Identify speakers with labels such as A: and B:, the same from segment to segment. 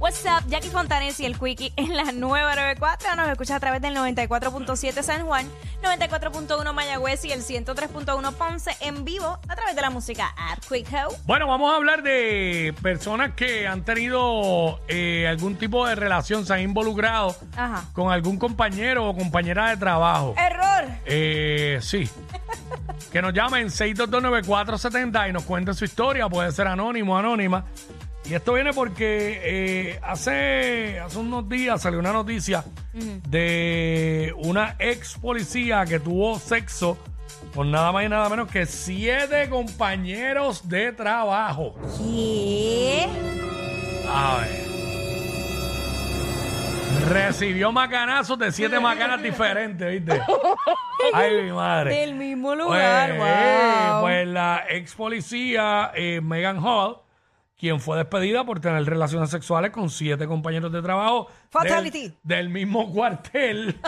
A: What's up, Jackie Fontanes y el Quickie en la 994. Nos escucha a través del 94.7 San Juan, 94.1 Mayagüez y el 103.1 Ponce en vivo a través de la música App Quick House.
B: Bueno, vamos a hablar de personas que han tenido eh, algún tipo de relación, se han involucrado
A: Ajá.
B: con algún compañero o compañera de trabajo.
A: Error.
B: Eh, sí. que nos llamen 6229470 y nos cuenten su historia. Puede ser anónimo, anónima. Y esto viene porque eh, hace, hace unos días salió una noticia de una ex policía que tuvo sexo con nada más y nada menos que siete compañeros de trabajo.
A: ¿Qué?
B: A ver. Recibió macanazos de siete macanas diferentes, ¿viste? Ay, mi madre.
A: Del mismo lugar,
B: Pues, eh,
A: wow.
B: pues la ex policía eh, Megan Hall, quien fue despedida por tener relaciones sexuales con siete compañeros de trabajo. del-
A: Fatality.
B: Del, mismo cuartel.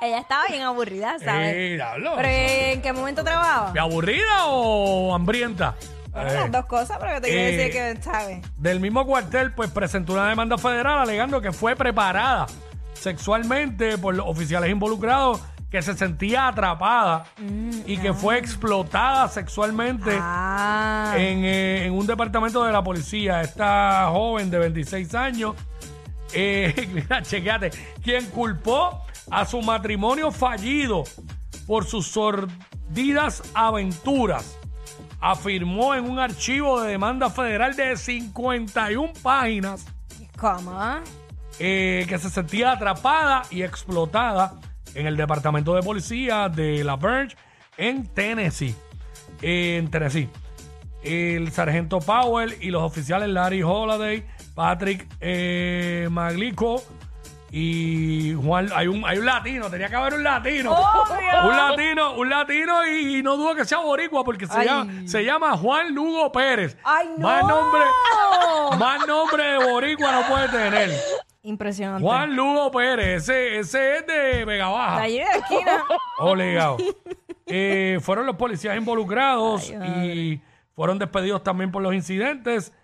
A: Ella estaba bien aburrida, ¿sabes?
B: Eh, diablo.
A: Pero eh, ¿en qué momento trabajaba?
B: ¿De aburrida o hambrienta?
A: Bueno,
B: Eh.
A: las dos cosas, pero que te quiero
B: eh,
A: decir que sabes.
B: del mismo cuartel, pues presentó una demanda federal alegando que fue preparada sexualmente por los oficiales involucrados, que se sentía atrapada y que fue explotada sexualmente
A: Mm, Ah.
B: en, eh, en un departamento de la policía. Esta joven de 26 años, eh, mira, chequeate, quien culpó a su matrimonio fallido por sus sordidas aventuras, afirmó en un archivo de demanda federal de 51 páginas
A: ¿Cómo?
B: eh, que se sentía atrapada y explotada en el departamento de policía de La Verge en Tennessee. En Tennessee. El sargento Powell y los oficiales Larry Holiday, Patrick eh, Maglico y Juan. Hay un, hay un latino, tenía que haber un latino.
A: ¡Obvio!
B: Un latino, un latino y, y no dudo que sea boricua porque se
A: Ay.
B: llama, se llama Juan Lugo Pérez.
A: ¡Ay, no!
B: Más nombre, más nombre de boricua no puede tener.
A: Impresionante.
B: Juan Lugo Pérez, ese, ese es de Vega
A: De
B: Baja.
A: allí de la esquina.
B: Obligado. Eh, fueron los policías involucrados y fueron despedidos también por los incidentes.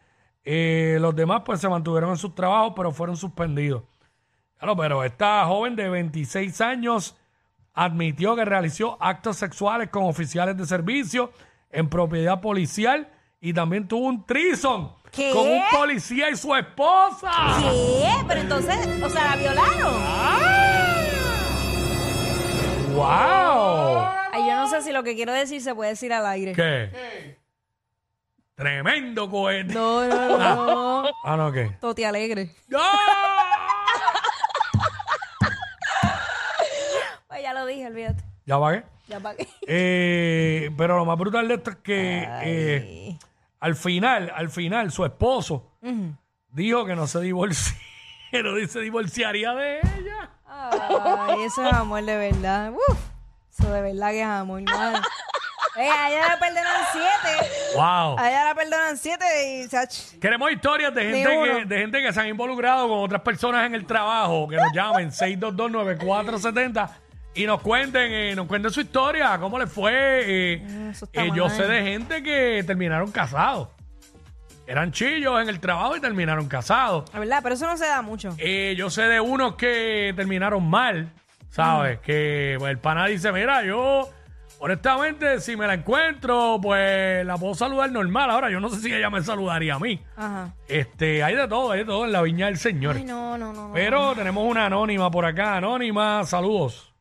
B: Eh, los demás pues se mantuvieron en sus trabajos, pero fueron suspendidos. Claro, pero esta joven de 26 años admitió que realizó actos sexuales con oficiales de servicio en propiedad policial y también tuvo un trison
A: ¿Qué?
B: con un policía y su esposa.
A: ¿Qué? Pero entonces, o sea, la violaron.
B: ¡Wow!
A: Ay, yo no sé si lo que quiero decir se puede decir al aire.
B: ¿Qué? Tremendo cohete.
A: No, no, no. no.
B: Ah, no, ¿qué?
A: Toti Alegre.
B: ¡Ah!
A: Pues ya lo dije, olvídate.
B: ¿Ya pagué?
A: Ya pagué.
B: Eh, pero lo más brutal de esto es que eh,
A: Ay.
B: al final, al final, su esposo dijo que no se divorció, que no se divorciaría de ella.
A: Ay, eso es amor de verdad. Uf, eso de verdad que es amor, madre. Eh, a ella la perdonan siete.
B: ¡Wow!
A: A ella la perdonan siete y sach.
B: Queremos historias de gente,
A: Ni uno.
B: que, de gente que se han involucrado con otras personas en el trabajo. Que nos llamen 6229470 y nos cuenten, eh, nos cuenten su historia, cómo les fue. eh,
A: Mm, eso está
B: eh, yo
A: mal.
B: sé de gente que terminaron casados. Eran chillos en el trabajo y terminaron casados.
A: La verdad, pero eso no se da mucho.
B: Eh, yo sé de unos que terminaron mal,
A: Mm.
B: ¿sabes? Que pues, el pana dice, mira, yo honestamente si me la encuentro, pues la puedo saludar normal. Ahora yo no sé si ella me saludaría a mí.
A: Ajá.
B: Este, hay de todo, hay de todo en la viña del Señor.
A: Ay, no, no, no. no.
B: Pero tenemos una anónima por acá, anónima, saludos.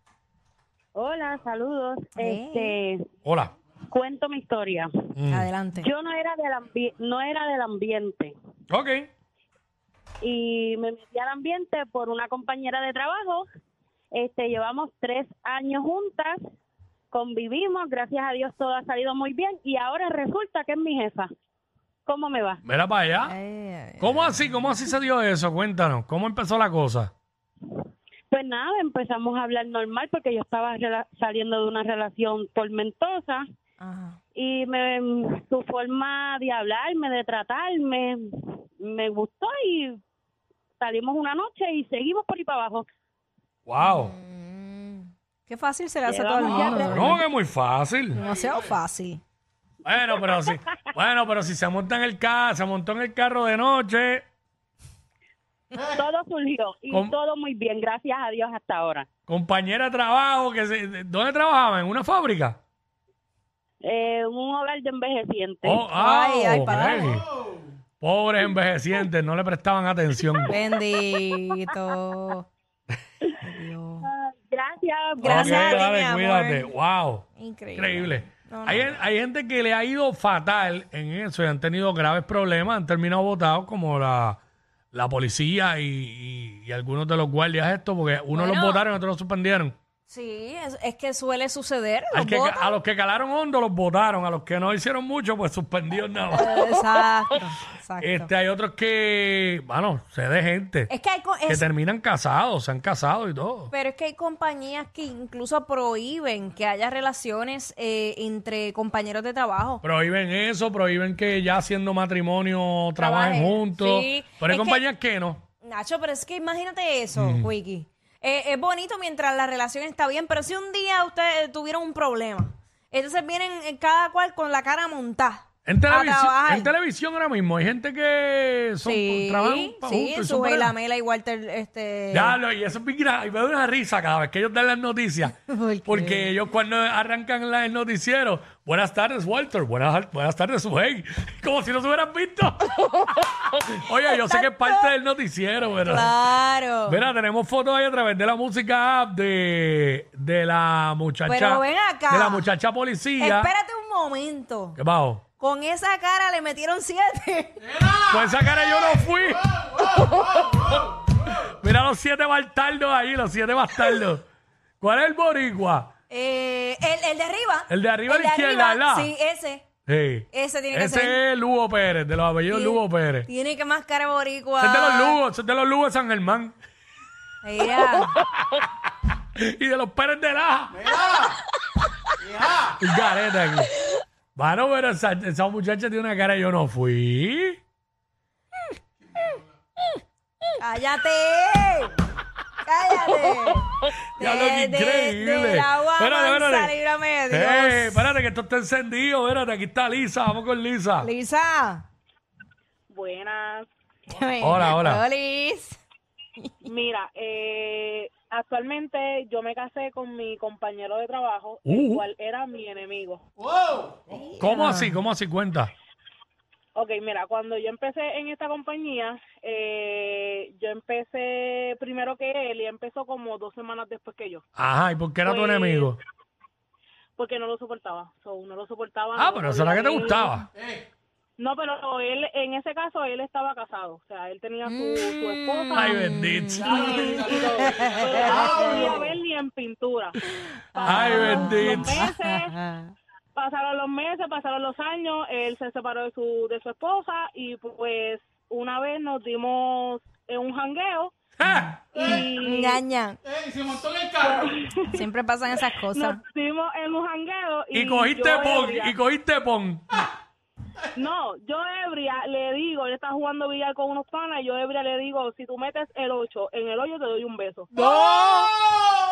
C: Hola, saludos.
A: Hey.
C: Este,
B: Hola.
C: cuento mi historia.
B: Mm.
A: Adelante.
C: Yo no era del ambi- no era del ambiente
B: Ok.
C: y me metí al ambiente por una compañera de trabajo. Este, llevamos tres años juntas, convivimos, gracias a Dios todo ha salido muy bien y ahora resulta que es mi jefa. ¿Cómo me va?
B: Mira para allá.
A: Ay, ay,
B: ¿Cómo así? ¿Cómo así se dio eso? Cuéntanos, ¿cómo empezó la cosa?
C: Pues nada, empezamos a hablar normal porque yo estaba rela- saliendo de una relación tormentosa.
A: Ajá.
C: y me, su forma de hablarme, de tratarme, me gustó y salimos una noche y seguimos por ahí para abajo.
B: Wow.
A: Mm, Qué fácil se le hace a todo el
C: Llevamos ya
A: mundo.
C: tres-
B: No, que muy fácil.
A: Demasiado fácil.
B: Bueno, pero si, bueno, pero si se monta en el carro, se montó en el carro de noche,
C: Todo surgió y
B: ¿Cómo?
C: todo muy bien, gracias a Dios hasta ahora.
B: Compañera de trabajo, que se- ¿dónde trabajaba? ¿En una fábrica?
C: Eh, un hogar de envejecientes.
B: Oh, ah,
A: Ay, ay,
B: ok.
A: para.
B: Pobres envejecientes, no le prestaban atención.
A: Bendito. Dios.
C: Gracias.
A: Gracias a
B: Ok,
A: ti,
B: dale,
A: mi amor.
B: cuídate. Wow.
A: Increíble.
B: Increíble.
A: No, no,
B: hay, hay gente que le ha ido fatal en eso y han tenido graves problemas, han terminado votados como la, la policía y, y- y algunos de los guardias esto, porque unos
A: Bueno.
B: los votaron y otros los suspendieron.
A: Sí, es, es que suele suceder.
B: Al
A: los
B: que ca-
A: votos.
B: a los que calaron hondo los votaron, a los que no hicieron mucho, pues suspendieron nada más.
A: Exacto, exacto.
B: Este, hay otros que, bueno, sé de gente
A: es que hay co-
B: que
A: es-
B: terminan casados, se han casado y todo.
A: pero es que hay compañías que incluso prohíben que haya relaciones eh, entre compañeros de trabajo.
B: Prohíben eso, prohíben que ya haciendo matrimonio trabajen
A: Trabajen,
B: juntos.
A: sí.
B: Pero
A: Es que-
B: hay compañías que no.
A: Nacho, pero es que imagínate eso,
B: Mm.
A: Wiki. Eh, es bonito mientras la relación está bien, pero si un día ustedes tuvieron un problema, entonces vienen eh, cada cual con la cara montada.
B: En
A: a
B: televisión,
A: trabajar.
B: en televisión ahora mismo hay gente que son,
A: sí,
B: trabajan pa-
A: sí,
B: juntos y son
A: Sujei
B: pareja.
A: Lamela y Walter, este...
B: Ya, lo- y eso es bien gra- y me da una risa cada vez que ellos dan las noticias.
A: ¿Por qué?
B: Porque ellos cuando arrancan la- el noticiero, buenas tardes, Walter, buenas, buenas tardes, Wayne. Como si no se hubieran visto. Oye, yo sé que es parte del noticiero, pero...
A: Claro.
B: Mira, tenemos fotos ahí a través de la música app de, de la muchacha.
A: Pero ven acá.
B: De la muchacha policía.
A: Espérate un momento.
B: ¿Qué bajo?
A: Con esa cara le metieron siete.
B: Pues esa cara yo no fui. Mira los siete bastardos ahí, los siete bastardos. ¿Cuál es el boricua?
A: Eh, el, el de arriba.
B: El de arriba a la izquierda,
A: arriba,
B: ¿verdad?
A: Sí, ese.
B: Sí.
A: Ese Eh, tiene que
B: Ese
A: ser.
B: es Lugo Pérez, de los apellidos
A: Tiene-
B: Lugo Pérez.
A: Tiene que más cara boricua.
B: Ese es de los Lugos, ese es de los Lugos de San Germán.
A: Mira.
B: y de los Pérez de Laja. Un careta aquí. Mano, pero esa, esa muchacha tiene una cara, yo no fui.
A: ¡Cállate! ¡Cállate!
B: Ya lo
A: De- de-
B: que increíble.
A: del agua
B: Espérate,
A: mansa,
B: espérate.
A: líbrame de Dios.
B: Eh, espérate que esto está encendido, espérate, aquí está Lisa, vamos con Lisa.
A: Lisa.
C: Buenas.
B: Hola, hola.
A: Liz.
C: Mira, eh, actualmente yo me casé con mi compañero de trabajo,
B: Uh.
C: el cual era mi enemigo.
B: ¿Cómo así? ¿Cómo así cuenta?
C: Ok, mira, cuando yo empecé en esta compañía, eh, yo empecé primero que él y él empezó como dos semanas después que yo,
B: Ajá, ¿y por qué era tu
C: Pues,
B: enemigo?
C: porque no lo soportaba. So, no lo soportaba.
B: Ah,
C: no
B: pero esa es la que
C: podía
B: te
C: ir.
B: gustaba.
C: No, pero él, en ese caso, él estaba casado. O sea, él tenía su, su esposa.
B: Ay, bendito.
C: y todo. Pero yo no podía ver ni en pintura.
B: Ay, bendito.
C: Los meses, pasaron los meses, pasaron los años, él se separó de su, de su esposa y pues una vez nos dimos en un jangueo
B: Ja.
C: y
A: Engañan. Siempre pasan esas cosas.
C: nos dimos en un jangueo y,
B: Y cogiste
C: yo
B: pon,
C: ebria-
B: y cogiste pon.
C: No, yo ebria le digo, él está jugando billar con unos panas y yo ebria le digo, si tú metes el 8 en el hoyo te doy un beso.
B: ¡No!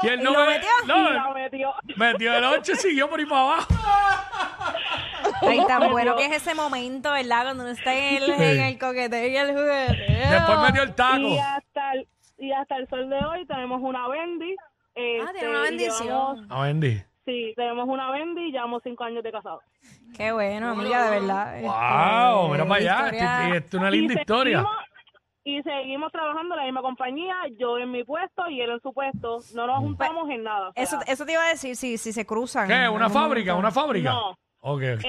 B: Y él no
A: lo
B: me-
A: metió?
C: Y la
B: No,
C: metió.
B: metió el 8 y siguió por ahí para abajo.
A: Ay, tan bueno que es ese momento, ¿verdad? Cuando uno está en el, en el coqueteo y el jugueteo.
B: Después metió el taco.
C: Y hasta el, y hasta el sol de hoy tenemos una bendy.
A: Ah,
C: este,
A: tiene una
C: y llevamos-
A: bendición.
B: A Bendy.
C: Sí, tenemos una bendy y llevamos cinco años de casados.
A: Qué bueno, amiga, de verdad. Este,
B: ¡Wow! Mira para allá.
A: historia-
B: Esto- Esto es una linda
C: Y
B: historia.
C: seguimos- Y seguimos trabajando en la misma compañía, yo en mi puesto y él en su puesto. No nos juntamos en nada. o sea,
A: Pues, Eso, eso te iba a decir, si, si se cruzan.
B: este- ¿Qué? ¿Una
A: Algún
B: fábrica? ¿Una fábrica?
C: No.
B: Ok. ok.
C: eh, es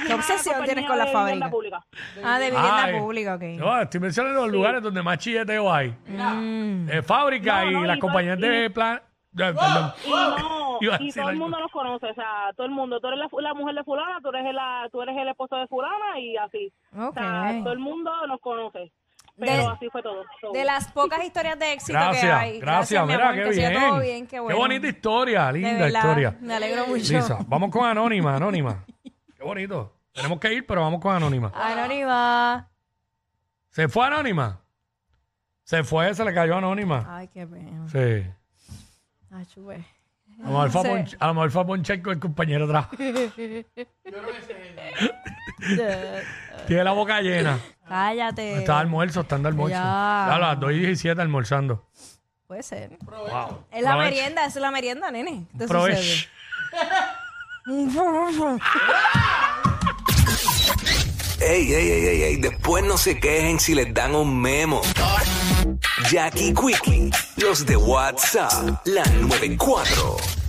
A: ¿Qué
C: una
A: obsesión tienes
C: compañía
A: con la
C: de vivienda
A: fábrica?
C: pública.
A: Ah, de vivienda
B: Ay.
A: pública, ok.
B: No, estoy mencionando los lugares donde más chilleteo hay.
A: Mm.
B: Eh, fábrica
C: No,
B: y
C: no,
B: las
C: y
B: compañías
C: pa- y-
B: de plan...
A: Oh,
B: eh, perdón.
C: Y, no,
B: Iba a
C: y
B: decir
C: todo el
B: algo.
C: mundo nos conoce, o sea, todo el mundo. Tú eres la, la mujer de fulana, tú eres, la, tú eres el esposo de fulana y así. O sea,
A: Ok.
C: todo el mundo nos conoce.
A: De-
C: Pero así fue todo. So,
A: De las pocas historias de éxito que
B: Gracias,
A: hay.
B: gracias,
A: mi
B: mira,
A: amor,
B: qué
A: que siga
B: bien.
A: todo bien, qué bueno.
B: bonita historia,
A: De
B: linda
A: verdad,
B: historia.
A: Me alegro mucho.
B: Lisa, vamos con Anónima, Anónima. Qué bonito. Tenemos que ir, pero vamos con Anónima.
A: Anónima.
B: ¿Se fue Anónima? Se fue, se le cayó Anónima.
A: Ay, qué pena.
B: Sí.
A: Ay, chuve.
B: A lo mejor fue a
A: Sí.
B: Ponche- a lo mejor fue a Ponchar con el compañero de trabajo.
A: Eh,
B: Tiene la boca llena.
A: Cállate.
B: Está de almuerzo, está dando almuerzo.
A: Ya.
B: Ya A las 2 y 17 almorzando.
A: Puede ser.
B: Wow.
A: Es la
B: Provecho.
A: merienda, es la merienda, nene. ¿Qué te
B: Provecho.
A: sucede?
D: Ey, ey, ey, ey, ey, después no se quejen si les dan un memo. Jackie Quickie, los de WhatsApp, la 94.